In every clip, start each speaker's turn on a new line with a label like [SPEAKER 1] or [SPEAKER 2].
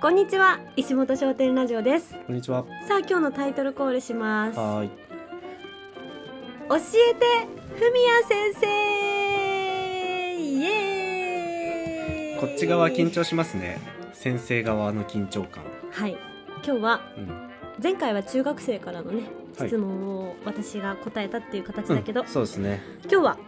[SPEAKER 1] こんにちは石本商店ラジオです
[SPEAKER 2] こんにちは。
[SPEAKER 1] さあ今日のタイトルコールします教
[SPEAKER 2] はーい。
[SPEAKER 1] えてふみや先生イエーイ
[SPEAKER 2] こっち側緊張しますね。先生側の緊張感。
[SPEAKER 1] はい今日は
[SPEAKER 2] うん。
[SPEAKER 1] 前回は中学生からのね
[SPEAKER 2] はい
[SPEAKER 1] 質問を私が答えたっていう形だけど、
[SPEAKER 2] うんそうですね。
[SPEAKER 1] 今日は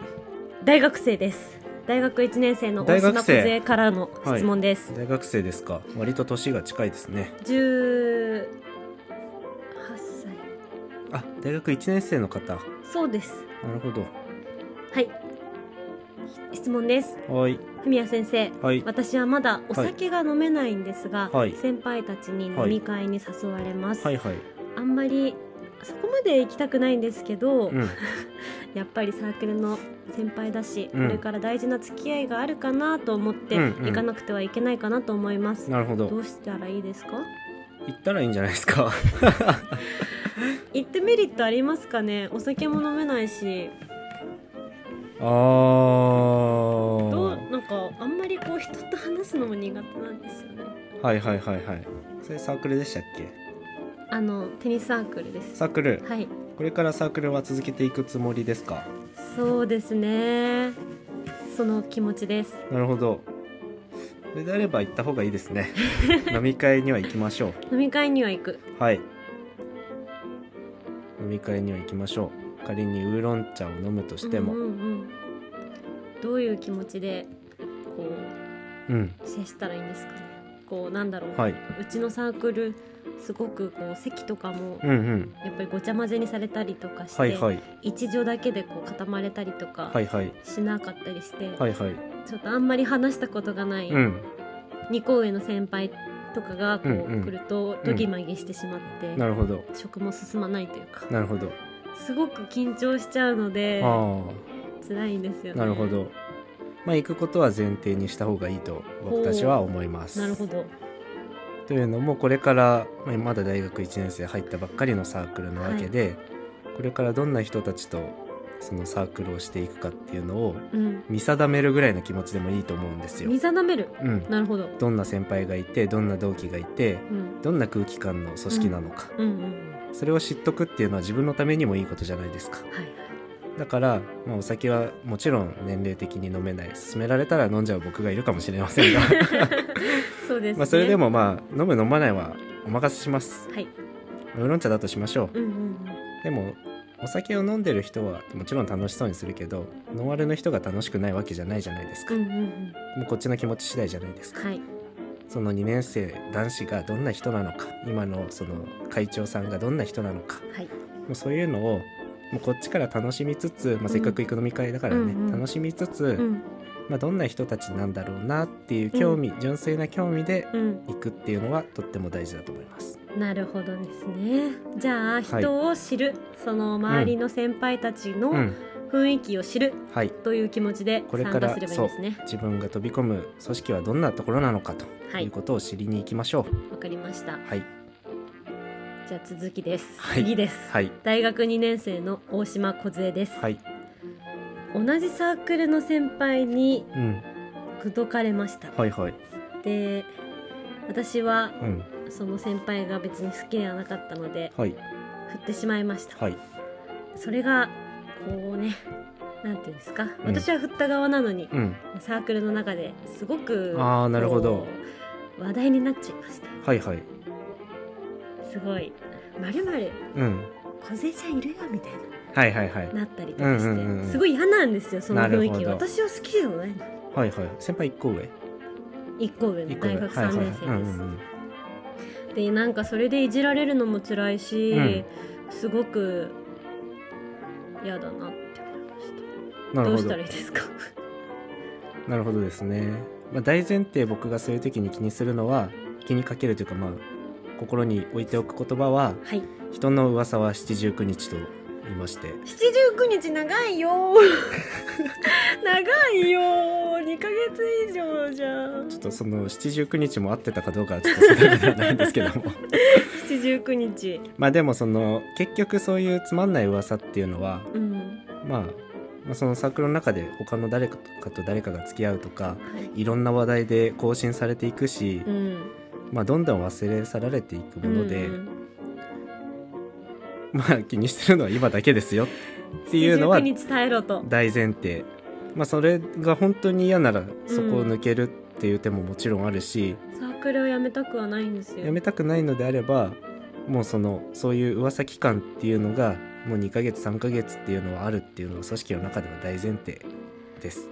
[SPEAKER 1] 大学生です大学1年生の大
[SPEAKER 2] 大
[SPEAKER 1] 島
[SPEAKER 2] 学生
[SPEAKER 1] 梢からの質問です、
[SPEAKER 2] 大学生ですか。割と年が近いですね。
[SPEAKER 1] 18歳
[SPEAKER 2] あ、大学一年生の方。な
[SPEAKER 1] そうです
[SPEAKER 2] るほど。
[SPEAKER 1] はいひ質問です
[SPEAKER 2] はーい。
[SPEAKER 1] 文谷先生
[SPEAKER 2] はい。
[SPEAKER 1] 私はまだお酒が飲めないんですが、
[SPEAKER 2] はい
[SPEAKER 1] 先輩たちに飲み会に誘われます、
[SPEAKER 2] はいはい。
[SPEAKER 1] あんまりそこまで行きたくないんですけど、
[SPEAKER 2] うん。
[SPEAKER 1] やっぱりサークルの先輩だし、
[SPEAKER 2] うん
[SPEAKER 1] これから大事な付き合いがあるかなと思って
[SPEAKER 2] うんうん
[SPEAKER 1] 行かなくてはいけないかなと思います、
[SPEAKER 2] なるほど。
[SPEAKER 1] ど
[SPEAKER 2] 行
[SPEAKER 1] うしたらいいですか
[SPEAKER 2] ったらいいんじゃないで すか。
[SPEAKER 1] 行ってメリットありますかねお酒も飲めないし
[SPEAKER 2] あー。
[SPEAKER 1] どうなんかあんまりこう人と話すのも苦手なんですよね
[SPEAKER 2] はいはいはいはい。それサークルでしたっけ。
[SPEAKER 1] あのテニスサークルです
[SPEAKER 2] サークル。
[SPEAKER 1] はい
[SPEAKER 2] これからサークルは続けていくつもりですか。
[SPEAKER 1] そうですねその気持ちです
[SPEAKER 2] なるほど。それであれば行った方がいいで すね。飲み会には行きましょう。
[SPEAKER 1] 飲み会には行く
[SPEAKER 2] はい飲み会には行きましょう仮にウーロン茶を飲むとしても
[SPEAKER 1] うん
[SPEAKER 2] うん、
[SPEAKER 1] うんうんどういう気持ちでこう接したらいいんですかねこうなんだろう、
[SPEAKER 2] はいう
[SPEAKER 1] ちのサークルすごくこう席とかも
[SPEAKER 2] うんうん
[SPEAKER 1] やっぱりごちゃ混ぜにされたりとかして、
[SPEAKER 2] はいはい
[SPEAKER 1] 一助だけでこう固まれたりとか
[SPEAKER 2] はいはい
[SPEAKER 1] しなかったりして、
[SPEAKER 2] はいはい
[SPEAKER 1] ちょっとあんまり話したことがない
[SPEAKER 2] うん
[SPEAKER 1] 二個上の先輩とかがこう、
[SPEAKER 2] うんうん
[SPEAKER 1] 来るとドギマギしてしまって、
[SPEAKER 2] なるほど
[SPEAKER 1] 食も進まないというか
[SPEAKER 2] なるほど、
[SPEAKER 1] すごく緊張しちゃうので
[SPEAKER 2] あ
[SPEAKER 1] 辛いんですよ
[SPEAKER 2] あ
[SPEAKER 1] ね
[SPEAKER 2] なるほどまあ行くことは前提にした方がいいと
[SPEAKER 1] ほう
[SPEAKER 2] 僕たちは思います
[SPEAKER 1] なるほど
[SPEAKER 2] というのもこれからまあまだ大学1年生入ったばっかりのサークルなわけで、これからどんな人たちとそのサークルをしていくかっていうのを
[SPEAKER 1] うん
[SPEAKER 2] 見定めるぐらいの気持ちでもいいと思うんですよ
[SPEAKER 1] 見。定める
[SPEAKER 2] うん、
[SPEAKER 1] なるほど、
[SPEAKER 2] どんな先輩がいてどんな同期がいて
[SPEAKER 1] うん、
[SPEAKER 2] どんな空気感の組織なのか、
[SPEAKER 1] うんうん
[SPEAKER 2] それを知っとくっていうのは自分のためにもいいことじゃないですか
[SPEAKER 1] はい
[SPEAKER 2] だから、まあ、お酒はもちろん年齢的に飲めない勧められたら飲んじゃう僕がいるかもしれ ませんが
[SPEAKER 1] そうですね
[SPEAKER 2] まあそれでもまあ飲む飲まないはお任せします
[SPEAKER 1] はい
[SPEAKER 2] ウーロン茶だとしましょう
[SPEAKER 1] うんうん
[SPEAKER 2] でもお酒を飲んでる人はもちろん楽しそうにするけどノンアルの人が楽しくないわけじゃないじゃないです
[SPEAKER 1] う
[SPEAKER 2] か、
[SPEAKER 1] んうんうん
[SPEAKER 2] もうこっちの気持ち次第じゃないです
[SPEAKER 1] うん
[SPEAKER 2] か
[SPEAKER 1] はい
[SPEAKER 2] その2年生男子がどんな人なのか今のその会長さんがどんな人なのか
[SPEAKER 1] はい
[SPEAKER 2] もうそういうのをもうこっちから楽しみつつ、まあ、せっかく行く飲み会だからね、
[SPEAKER 1] うんうん
[SPEAKER 2] 楽しみつつ、
[SPEAKER 1] うん
[SPEAKER 2] まあ、どんな人たちなんだろうなっていう興味、純粋な興味で
[SPEAKER 1] うん
[SPEAKER 2] 行くっていうのはとっても大事だと思います。
[SPEAKER 1] なるほどですねじゃあ
[SPEAKER 2] はい
[SPEAKER 1] 人を知る、その周りの先輩たち
[SPEAKER 2] う
[SPEAKER 1] の
[SPEAKER 2] ん、
[SPEAKER 1] 雰囲気を知る
[SPEAKER 2] はい
[SPEAKER 1] という気持ちで
[SPEAKER 2] これ
[SPEAKER 1] 参
[SPEAKER 2] か
[SPEAKER 1] 加
[SPEAKER 2] ら
[SPEAKER 1] すればいいんですね
[SPEAKER 2] 自分が飛び込む組織はどんなところなのかと
[SPEAKER 1] はい
[SPEAKER 2] いうことを知りに行きましょう。
[SPEAKER 1] わかりました
[SPEAKER 2] はい、
[SPEAKER 1] じゃあ続きです、
[SPEAKER 2] はい
[SPEAKER 1] 次です、
[SPEAKER 2] はい、
[SPEAKER 1] 大学2年生の大島梢です、
[SPEAKER 2] はい、
[SPEAKER 1] 同じサークルの先輩に
[SPEAKER 2] うん、
[SPEAKER 1] 口説かれました、
[SPEAKER 2] はい、はい、
[SPEAKER 1] で私は
[SPEAKER 2] うん、
[SPEAKER 1] その先輩が別に好きではなかったので
[SPEAKER 2] はい、
[SPEAKER 1] 振ってしまいました、
[SPEAKER 2] はい、
[SPEAKER 1] それがこうねなんていうんですか、
[SPEAKER 2] ん
[SPEAKER 1] 私は振った側なのに
[SPEAKER 2] うん、
[SPEAKER 1] サークルの中ですごく
[SPEAKER 2] あーなるほど
[SPEAKER 1] こう話題になっちゃいました
[SPEAKER 2] はい、はい、
[SPEAKER 1] すごい「まるまる
[SPEAKER 2] うん、
[SPEAKER 1] 梢ちゃんいるよ」みたい
[SPEAKER 2] はい、はい、はい。
[SPEAKER 1] ななったりとかして、
[SPEAKER 2] うんうんうんうん
[SPEAKER 1] すごい嫌なんですよその雰囲気
[SPEAKER 2] なるほど
[SPEAKER 1] 私は好きではないの
[SPEAKER 2] はいはい先輩一個上
[SPEAKER 1] 一個上
[SPEAKER 2] 一
[SPEAKER 1] の
[SPEAKER 2] 個上
[SPEAKER 1] 大学
[SPEAKER 2] はい
[SPEAKER 1] 3
[SPEAKER 2] はい
[SPEAKER 1] 年
[SPEAKER 2] う
[SPEAKER 1] 生
[SPEAKER 2] ん
[SPEAKER 1] で
[SPEAKER 2] う
[SPEAKER 1] す
[SPEAKER 2] んうん
[SPEAKER 1] でなんかそれでいじられるのも辛いし、
[SPEAKER 2] うん
[SPEAKER 1] すごく嫌だなって思いました
[SPEAKER 2] な
[SPEAKER 1] ど
[SPEAKER 2] る
[SPEAKER 1] う
[SPEAKER 2] ほ
[SPEAKER 1] し
[SPEAKER 2] ど
[SPEAKER 1] たらいい ですか
[SPEAKER 2] なるほどですね、まあ、大前提僕がそういう時に気にするのは気にかけるというかまあ心に置いておく言葉は
[SPEAKER 1] はい
[SPEAKER 2] 人の噂は七十九日と言いまして
[SPEAKER 1] 七十九日長いよ 長いよ2ヶ月以上じゃん
[SPEAKER 2] ちょっとその七十九日も合ってたかどうかはちょっと定かではないんですけども
[SPEAKER 1] 七十九日
[SPEAKER 2] まあでもその結局そういうつまんない噂っていうのは、
[SPEAKER 1] うん
[SPEAKER 2] まあ、まあそのサークルの中で他の誰かと誰かが付き合うとか
[SPEAKER 1] はい
[SPEAKER 2] いろんな話題で更新されていくし、
[SPEAKER 1] うん
[SPEAKER 2] まあ、どんどん忘れ去られていくもので、
[SPEAKER 1] うんうん
[SPEAKER 2] まあ、気にしてるのは今だけですよっていうのは
[SPEAKER 1] 必需品に伝えろと
[SPEAKER 2] 大前提、まあ、それが本当に嫌ならそこを抜けるっていう手ももちろんあるし、
[SPEAKER 1] サークルをやめたくはないんですよ
[SPEAKER 2] やめたくないのであればもうそのそういう噂期間っていうのがもう2ヶ月3ヶ月っていうのはあるっていうのは組織の中では大前提です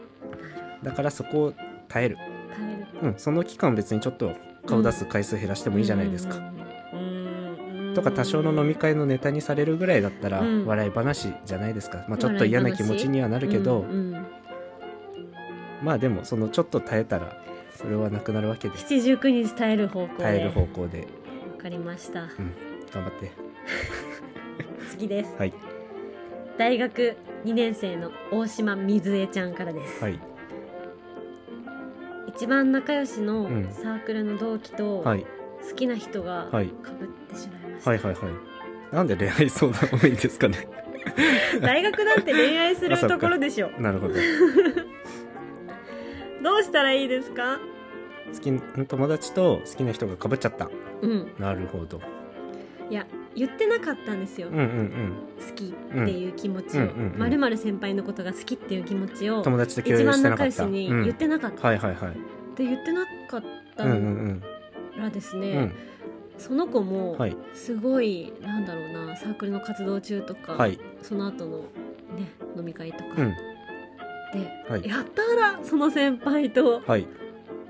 [SPEAKER 2] だからそこを耐える、
[SPEAKER 1] 耐える
[SPEAKER 2] うん、その期間別にちょっと顔出す回数減らしてもいいじゃないですか、
[SPEAKER 1] うんうん
[SPEAKER 2] とか多少の飲み会のネタにされるぐらいだったら
[SPEAKER 1] うん
[SPEAKER 2] 笑い話じゃないですか、まあ、ちょっと嫌な気持ちにはなるけど、
[SPEAKER 1] うんうん
[SPEAKER 2] まあでもそのちょっと耐えたらそれはなくなるわけです
[SPEAKER 1] 七十九日耐える方向で
[SPEAKER 2] 耐える方向で
[SPEAKER 1] わかりました
[SPEAKER 2] 頑張って
[SPEAKER 1] 次です
[SPEAKER 2] はい
[SPEAKER 1] 大学二年生の大島水江ちゃんからです、
[SPEAKER 2] はい
[SPEAKER 1] 一番仲良しの
[SPEAKER 2] うん
[SPEAKER 1] サークルの同期と
[SPEAKER 2] は
[SPEAKER 1] 好
[SPEAKER 2] い
[SPEAKER 1] きな人が
[SPEAKER 2] は
[SPEAKER 1] 被
[SPEAKER 2] い
[SPEAKER 1] ってしまいました、
[SPEAKER 2] はいはいはいなんで恋愛相談多いんですか ね
[SPEAKER 1] 大学なんて恋愛す
[SPEAKER 2] あ
[SPEAKER 1] る
[SPEAKER 2] そっか
[SPEAKER 1] ところで しょ
[SPEAKER 2] なるほど
[SPEAKER 1] どうしたらいいですか
[SPEAKER 2] 好きん友達と好きな人がかぶっちゃった
[SPEAKER 1] うん
[SPEAKER 2] なるほど
[SPEAKER 1] いや言ってなかったんですよ、
[SPEAKER 2] うんうんうん
[SPEAKER 1] 好きっていう気持ち
[SPEAKER 2] うん
[SPEAKER 1] を
[SPEAKER 2] うんうんうん
[SPEAKER 1] まるまる先輩のことが好きっていう気持ちを
[SPEAKER 2] 友達と共
[SPEAKER 1] 一
[SPEAKER 2] 有し
[SPEAKER 1] 番
[SPEAKER 2] てな
[SPEAKER 1] 仲
[SPEAKER 2] かっ、
[SPEAKER 1] 良した
[SPEAKER 2] う
[SPEAKER 1] に言っ
[SPEAKER 2] ん、
[SPEAKER 1] てなかった
[SPEAKER 2] はいはいはい
[SPEAKER 1] って言ってなかった
[SPEAKER 2] うんうん
[SPEAKER 1] のらですね、
[SPEAKER 2] うんうん
[SPEAKER 1] その子も
[SPEAKER 2] はい
[SPEAKER 1] すごい、なんだろうなサークルの活動中とか、
[SPEAKER 2] はい
[SPEAKER 1] その後のね飲み会とか
[SPEAKER 2] う
[SPEAKER 1] で、
[SPEAKER 2] んはい
[SPEAKER 1] やったらその先輩と
[SPEAKER 2] はい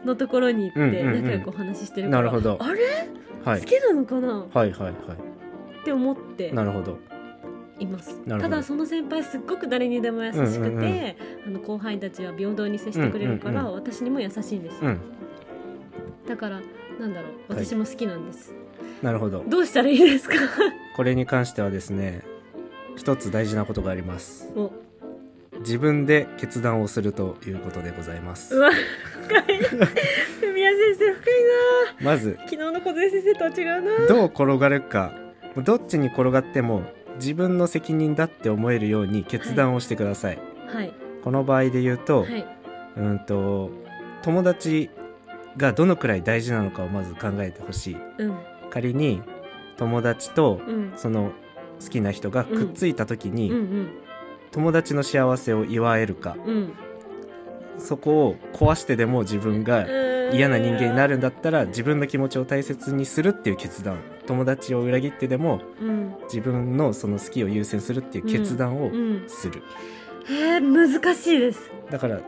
[SPEAKER 1] のところに行って
[SPEAKER 2] うんうんうん
[SPEAKER 1] 仲良くお話ししてるから、
[SPEAKER 2] なるほど
[SPEAKER 1] あれ、
[SPEAKER 2] はい
[SPEAKER 1] 好きなのかな
[SPEAKER 2] はいはいは
[SPEAKER 1] って思って
[SPEAKER 2] いなるほど
[SPEAKER 1] いますた
[SPEAKER 2] なるほど
[SPEAKER 1] だその先輩すっごく誰にでも優しくて、
[SPEAKER 2] うんうんうん
[SPEAKER 1] あの後輩たちは平等に接してくれるから、
[SPEAKER 2] うんう
[SPEAKER 1] 私にも優しいんです、
[SPEAKER 2] うん
[SPEAKER 1] だからなんだろう
[SPEAKER 2] はい
[SPEAKER 1] 私も好きなんです、
[SPEAKER 2] なるほど
[SPEAKER 1] どうしたらいいですか
[SPEAKER 2] これに関してはですね一つ大事なことがあります
[SPEAKER 1] もう
[SPEAKER 2] 自分で決断をするということでございます
[SPEAKER 1] うわ深い 宮先生深いな
[SPEAKER 2] まず
[SPEAKER 1] 昨日の小杉先生とは違うな
[SPEAKER 2] どう転がるかどっちに転がっても自分の責任だって思えるように決断をしてください、
[SPEAKER 1] はい
[SPEAKER 2] この場合で言うと、
[SPEAKER 1] はい、
[SPEAKER 2] うんと友達がどのくらい大事なのかをまず考えてほしい
[SPEAKER 1] うん
[SPEAKER 2] 仮に友達と
[SPEAKER 1] うん
[SPEAKER 2] その好きな人がくっついた時に、
[SPEAKER 1] うんうん
[SPEAKER 2] 友達の幸せを祝えるか
[SPEAKER 1] うん
[SPEAKER 2] そこを壊してでも自分が
[SPEAKER 1] うん
[SPEAKER 2] 嫌な人間になるんだったら自分の気持ちを大切にするっていう決断友達を裏切ってでも
[SPEAKER 1] うん
[SPEAKER 2] 自分のその好きを優先するっていう決断を
[SPEAKER 1] うん
[SPEAKER 2] する、
[SPEAKER 1] へえ難しいです
[SPEAKER 2] だから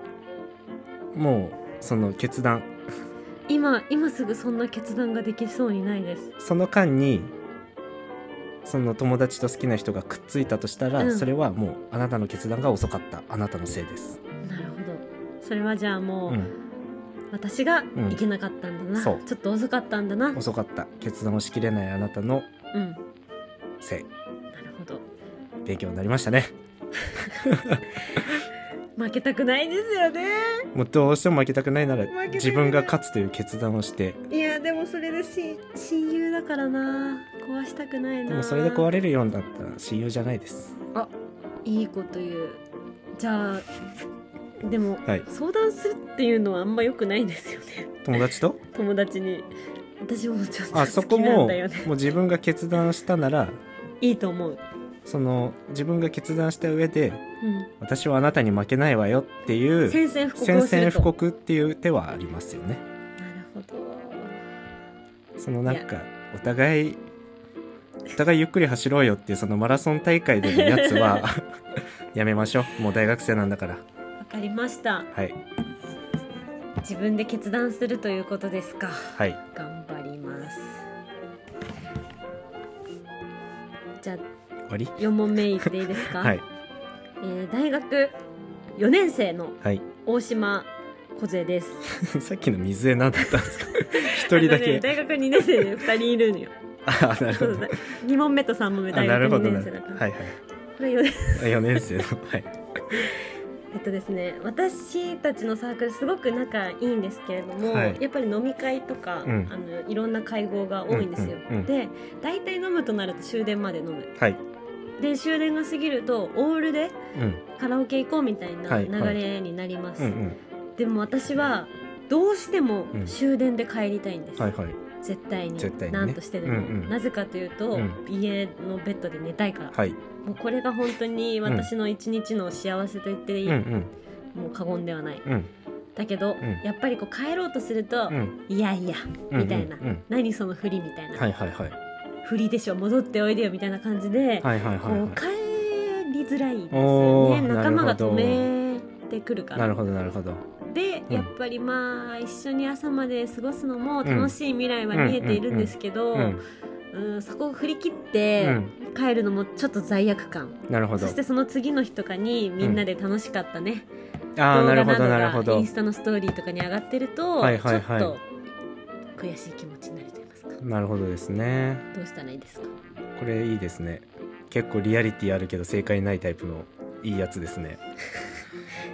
[SPEAKER 2] もうその決断
[SPEAKER 1] 今今すぐそんな決断ができそうにないです
[SPEAKER 2] その間にその友達と好きな人がくっついたとしたら、
[SPEAKER 1] うん
[SPEAKER 2] それはもうあなたの決断が遅かったあなたのせいです、
[SPEAKER 1] なるほどそれはじゃあもう、
[SPEAKER 2] うん、
[SPEAKER 1] 私がいけなかったんだな、
[SPEAKER 2] うんそう
[SPEAKER 1] ちょっと遅かったんだなうんな
[SPEAKER 2] 遅かった決断をしきれないあなたの
[SPEAKER 1] る
[SPEAKER 2] せい
[SPEAKER 1] ほど
[SPEAKER 2] 勉強になりましたね
[SPEAKER 1] 負けたくないですよね
[SPEAKER 2] もうどうしても負けたくないなら
[SPEAKER 1] けたくない
[SPEAKER 2] 自分が勝つという決断をして
[SPEAKER 1] いやでもそれでし親友だからな壊したくないな
[SPEAKER 2] でもそれで壊れるようになったら親友じゃないです
[SPEAKER 1] いいこと言うじゃあでも、
[SPEAKER 2] はい
[SPEAKER 1] 相談するっていうのはあんま良くないですよね
[SPEAKER 2] 友達と
[SPEAKER 1] 友達に私もちょっと
[SPEAKER 2] あそ
[SPEAKER 1] 好
[SPEAKER 2] こ
[SPEAKER 1] きな
[SPEAKER 2] も
[SPEAKER 1] んだよね
[SPEAKER 2] もう自分が決断したなら
[SPEAKER 1] いいと思う、
[SPEAKER 2] その自分が決断した上で
[SPEAKER 1] う
[SPEAKER 2] 私はあなたに負けないわよってい
[SPEAKER 1] ん、
[SPEAKER 2] う
[SPEAKER 1] 宣戦布告を
[SPEAKER 2] 宣
[SPEAKER 1] する
[SPEAKER 2] 戦
[SPEAKER 1] と
[SPEAKER 2] 布告っていう手はありますよね
[SPEAKER 1] なるほど
[SPEAKER 2] そのなんかお互いお互いゆっくり走ろうよっていうそのマラソン大会でのやつ はやめましょうもう大学生なんだから
[SPEAKER 1] わかりました
[SPEAKER 2] はい
[SPEAKER 1] 自分で決断するということですか
[SPEAKER 2] はい
[SPEAKER 1] 頑張りますじゃあ
[SPEAKER 2] 終わり
[SPEAKER 1] 4問目いっていいですか、
[SPEAKER 2] はい
[SPEAKER 1] えー大学4年生の
[SPEAKER 2] はい
[SPEAKER 1] 大島梢です
[SPEAKER 2] さっきの水絵何だったんですか 一人だ
[SPEAKER 1] あのね
[SPEAKER 2] け
[SPEAKER 1] 大学2年生で2人いるのよ
[SPEAKER 2] あ なるほ
[SPEAKER 1] そう
[SPEAKER 2] ど
[SPEAKER 1] だ2問目と3問目
[SPEAKER 2] あ
[SPEAKER 1] 大
[SPEAKER 2] なる
[SPEAKER 1] 学
[SPEAKER 2] ほ
[SPEAKER 1] 2
[SPEAKER 2] ど
[SPEAKER 1] 年生
[SPEAKER 2] な
[SPEAKER 1] だから、
[SPEAKER 2] はいはい
[SPEAKER 1] これ4年
[SPEAKER 2] 4年生のはい
[SPEAKER 1] えっとですね私たちのサークルすごく仲いいんですけれども、
[SPEAKER 2] はい
[SPEAKER 1] やっぱり飲み会とか、
[SPEAKER 2] うん
[SPEAKER 1] あのいろんな会合が多いんですよ、
[SPEAKER 2] うんうんうん
[SPEAKER 1] で大体飲むとなると終電まで飲む
[SPEAKER 2] はい
[SPEAKER 1] で終電が過ぎるとオールで
[SPEAKER 2] うん
[SPEAKER 1] カラオケ行こうみたい
[SPEAKER 2] は
[SPEAKER 1] ない
[SPEAKER 2] は
[SPEAKER 1] 流
[SPEAKER 2] い
[SPEAKER 1] れになります、
[SPEAKER 2] うんうん
[SPEAKER 1] でも私はどうしても
[SPEAKER 2] うん
[SPEAKER 1] 終電で帰りたいんです、
[SPEAKER 2] はいはい
[SPEAKER 1] 絶対に
[SPEAKER 2] 絶対にね
[SPEAKER 1] 何としてでも、
[SPEAKER 2] うんうん
[SPEAKER 1] なぜかというと、
[SPEAKER 2] うん
[SPEAKER 1] 家のベッドで寝たいから、
[SPEAKER 2] はい
[SPEAKER 1] もうこれが本当に私の一日の幸せと言っていい、
[SPEAKER 2] うんうん
[SPEAKER 1] もう過言ではない
[SPEAKER 2] うん
[SPEAKER 1] だけど、
[SPEAKER 2] ん
[SPEAKER 1] やっぱりこう帰ろうとすると、
[SPEAKER 2] うん
[SPEAKER 1] いやいや
[SPEAKER 2] うん
[SPEAKER 1] みたいな、
[SPEAKER 2] うんうん
[SPEAKER 1] 何その振りみたいな、
[SPEAKER 2] はいはいはい
[SPEAKER 1] 振りでしょ戻っておいでよみたいな感じで、
[SPEAKER 2] はいはいはい
[SPEAKER 1] こう
[SPEAKER 2] は
[SPEAKER 1] 帰りづらいんです
[SPEAKER 2] お
[SPEAKER 1] よね
[SPEAKER 2] ー
[SPEAKER 1] 仲間
[SPEAKER 2] な
[SPEAKER 1] が
[SPEAKER 2] る
[SPEAKER 1] 止
[SPEAKER 2] ほど
[SPEAKER 1] めてくるか
[SPEAKER 2] いな
[SPEAKER 1] ら
[SPEAKER 2] るほどなるほど
[SPEAKER 1] で、
[SPEAKER 2] うん
[SPEAKER 1] やっぱりまあ一緒に朝まで過ごすのも楽しい未来は見えているんですけど、
[SPEAKER 2] う
[SPEAKER 1] うん
[SPEAKER 2] ん
[SPEAKER 1] そこを振り切っ
[SPEAKER 2] う
[SPEAKER 1] て
[SPEAKER 2] ん
[SPEAKER 1] 帰るのもちょっと罪悪感、
[SPEAKER 2] なるほど
[SPEAKER 1] そしてその次の日とかにみんなで楽しかったね、
[SPEAKER 2] ああ
[SPEAKER 1] 動画
[SPEAKER 2] なるほどなる
[SPEAKER 1] な
[SPEAKER 2] ほ
[SPEAKER 1] どがイ
[SPEAKER 2] ど
[SPEAKER 1] ンスタのストーリーとかに上がってると、
[SPEAKER 2] はいはいはい
[SPEAKER 1] ちょっと悔しい気持ちになると言いますか
[SPEAKER 2] なるほどですね
[SPEAKER 1] どうしたらいいですか
[SPEAKER 2] これいいですね結構リアリティあるけど正解ないタイプのいいやつで すね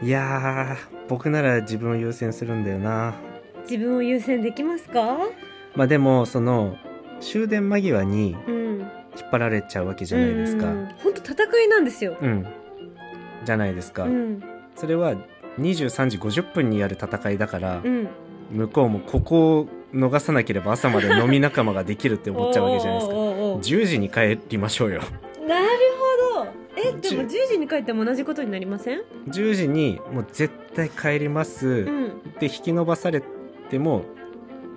[SPEAKER 2] いやー僕なら自分を優先するんだよな
[SPEAKER 1] 自分を優先できますか
[SPEAKER 2] まあでもその終電間際に
[SPEAKER 1] うん
[SPEAKER 2] 引っ張られちゃうわけじゃないですか
[SPEAKER 1] 本当戦いなんですよ。
[SPEAKER 2] うんじゃないですか、
[SPEAKER 1] うん
[SPEAKER 2] それは23時50分にやる戦いだから、
[SPEAKER 1] うん。
[SPEAKER 2] 向こうもここを逃さなければ朝まで飲み仲間ができるって思っちゃうわけじゃないですか
[SPEAKER 1] おーおーおー
[SPEAKER 2] 10時に帰りましょうよ
[SPEAKER 1] おーなるほど。えでも10時に帰っても同じことになりません？
[SPEAKER 2] 10時にもう絶対帰ります、
[SPEAKER 1] うん。
[SPEAKER 2] で引き伸ばされても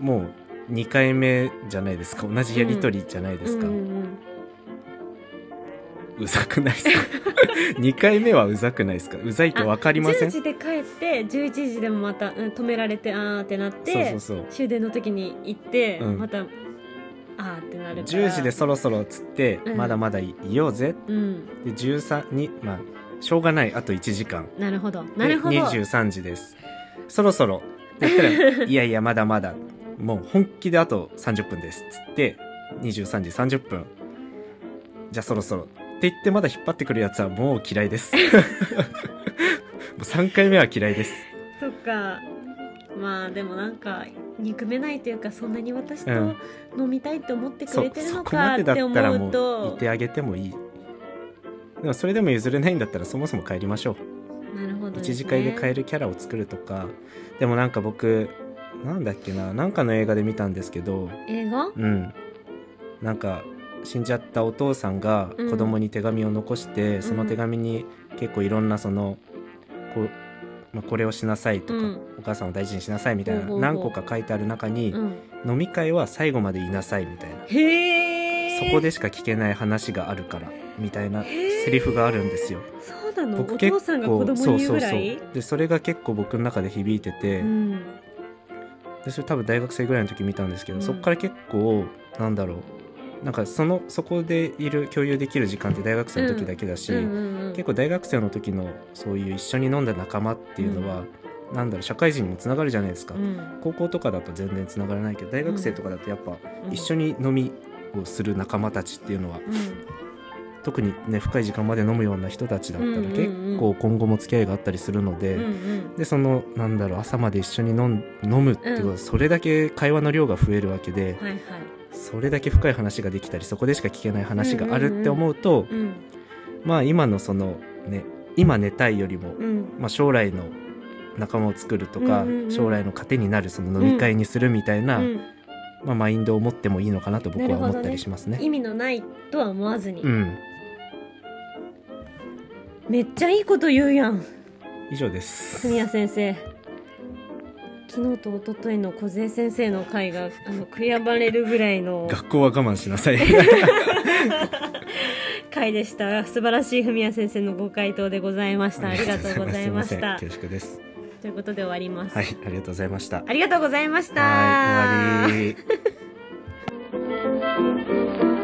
[SPEAKER 2] もう2回目じゃないですか同じやり取りじゃないですか、う
[SPEAKER 1] うんうん
[SPEAKER 2] ざ くないですか2回目はうざくないですかうざいって
[SPEAKER 1] うん、
[SPEAKER 2] 分かりませ
[SPEAKER 1] あ10時
[SPEAKER 2] ん
[SPEAKER 1] で帰って11時でもまた、うん、止められてあーってなって
[SPEAKER 2] そうそうそう
[SPEAKER 1] 終電の時に行って、
[SPEAKER 2] うん
[SPEAKER 1] またあーってなるから。
[SPEAKER 2] 10時でそろそろっつって、
[SPEAKER 1] うん
[SPEAKER 2] まだまだいようぜ
[SPEAKER 1] うん。
[SPEAKER 2] で13にまあしょうがないあと1時間
[SPEAKER 1] なるほど。な
[SPEAKER 2] で
[SPEAKER 1] るほど。
[SPEAKER 2] 23時ですそろそろだったら いやいやまだまだもう本気であと30分ですっつって23時30分じゃあそろそろって言ってまだ引っ張ってくるやつはもう嫌いで すもう3回目は嫌いです
[SPEAKER 1] そっかまあでもなんか憎めないというかそんなに私と
[SPEAKER 2] うん
[SPEAKER 1] 飲みたいって思ってく
[SPEAKER 2] そ
[SPEAKER 1] れ
[SPEAKER 2] う
[SPEAKER 1] てる
[SPEAKER 2] そ
[SPEAKER 1] の
[SPEAKER 2] こ
[SPEAKER 1] か
[SPEAKER 2] ま
[SPEAKER 1] っ
[SPEAKER 2] でだってたら
[SPEAKER 1] 思う
[SPEAKER 2] もうい
[SPEAKER 1] と
[SPEAKER 2] てあげてもいいでもそれでも譲れないんだったらそもそも帰りましょう
[SPEAKER 1] なるほどです、ね、
[SPEAKER 2] 一次会で変えるキャラを作るとかでもなんか僕なんだっけななんかの映画で見たんですけど
[SPEAKER 1] 映画
[SPEAKER 2] うんなんか死んじゃったお父さんが
[SPEAKER 1] うん
[SPEAKER 2] 子供に手紙を残して、その手紙に結構いろんなそのこう、まあこれをしなさいとか、
[SPEAKER 1] うん
[SPEAKER 2] お母さんを大事にしなさいみたいな
[SPEAKER 1] ほうほうほう
[SPEAKER 2] 何個か書いてある中に、
[SPEAKER 1] うん
[SPEAKER 2] 飲み会は最後までいなさいみたいな、
[SPEAKER 1] へえ
[SPEAKER 2] そこでしか聞けない話があるからみたいなセリフがあるんですよ。
[SPEAKER 1] そうなの
[SPEAKER 2] 僕
[SPEAKER 1] お
[SPEAKER 2] 結
[SPEAKER 1] 父
[SPEAKER 2] 構
[SPEAKER 1] さんが子供に言うぐらい
[SPEAKER 2] でそれが結構僕の中で響いてて、
[SPEAKER 1] うん
[SPEAKER 2] でそれ多分大学生ぐらいの時見たんですけど、
[SPEAKER 1] うん
[SPEAKER 2] そこから結構なんだろうなんかそのそこでいる共有できる時間って大学生の時だけだし、
[SPEAKER 1] うんうんうん
[SPEAKER 2] 結構大学生の時のそういう一緒に飲んだ仲間っていうのは、なんだろう社会人にもつながるじゃないですか、
[SPEAKER 1] うん
[SPEAKER 2] 高校とかだと全然つながらないけど大学生とかだとやっぱ
[SPEAKER 1] うん
[SPEAKER 2] 一緒に飲みをする仲間たちっていうのは、
[SPEAKER 1] うん
[SPEAKER 2] 特にね深い時間まで飲むような人たちだったら
[SPEAKER 1] うんうんうん
[SPEAKER 2] 結構今後も付き合いがあったりするので。
[SPEAKER 1] うんうん
[SPEAKER 2] でそのなんだろう朝まで一緒に飲ん飲むってこと
[SPEAKER 1] う
[SPEAKER 2] は
[SPEAKER 1] ん
[SPEAKER 2] それだけ会話の量が増えるわけで、
[SPEAKER 1] はいはい
[SPEAKER 2] それだけ深い話ができたりそこでしか聞けない話があるって思うと、
[SPEAKER 1] うん
[SPEAKER 2] まあ今のそのね今寝たいよりも、
[SPEAKER 1] うん
[SPEAKER 2] まあ、将来の仲間を作るとか、
[SPEAKER 1] うんうんうん
[SPEAKER 2] 将来の糧になるその飲み会にするみたいな、
[SPEAKER 1] うん
[SPEAKER 2] まあ、マインドを持ってもいいのかなと僕は
[SPEAKER 1] なるほどね
[SPEAKER 2] 思ったりしますね。
[SPEAKER 1] 意味のないとは思わずに、
[SPEAKER 2] うん、
[SPEAKER 1] めっちゃいいこと言うやん
[SPEAKER 2] 以上です。
[SPEAKER 1] 住谷先生昨日と一昨日の小杉先生の会があの悔やまれるぐらいの
[SPEAKER 2] 学校は我慢しなさい。
[SPEAKER 1] 会でした素晴らしい文谷先生のご回答でございましたありがとうございまし
[SPEAKER 2] すいま
[SPEAKER 1] た
[SPEAKER 2] せん恐縮です。
[SPEAKER 1] ということで終わります、
[SPEAKER 2] はい、ありがとうございました。
[SPEAKER 1] ありがとうございました
[SPEAKER 2] はい、終わり。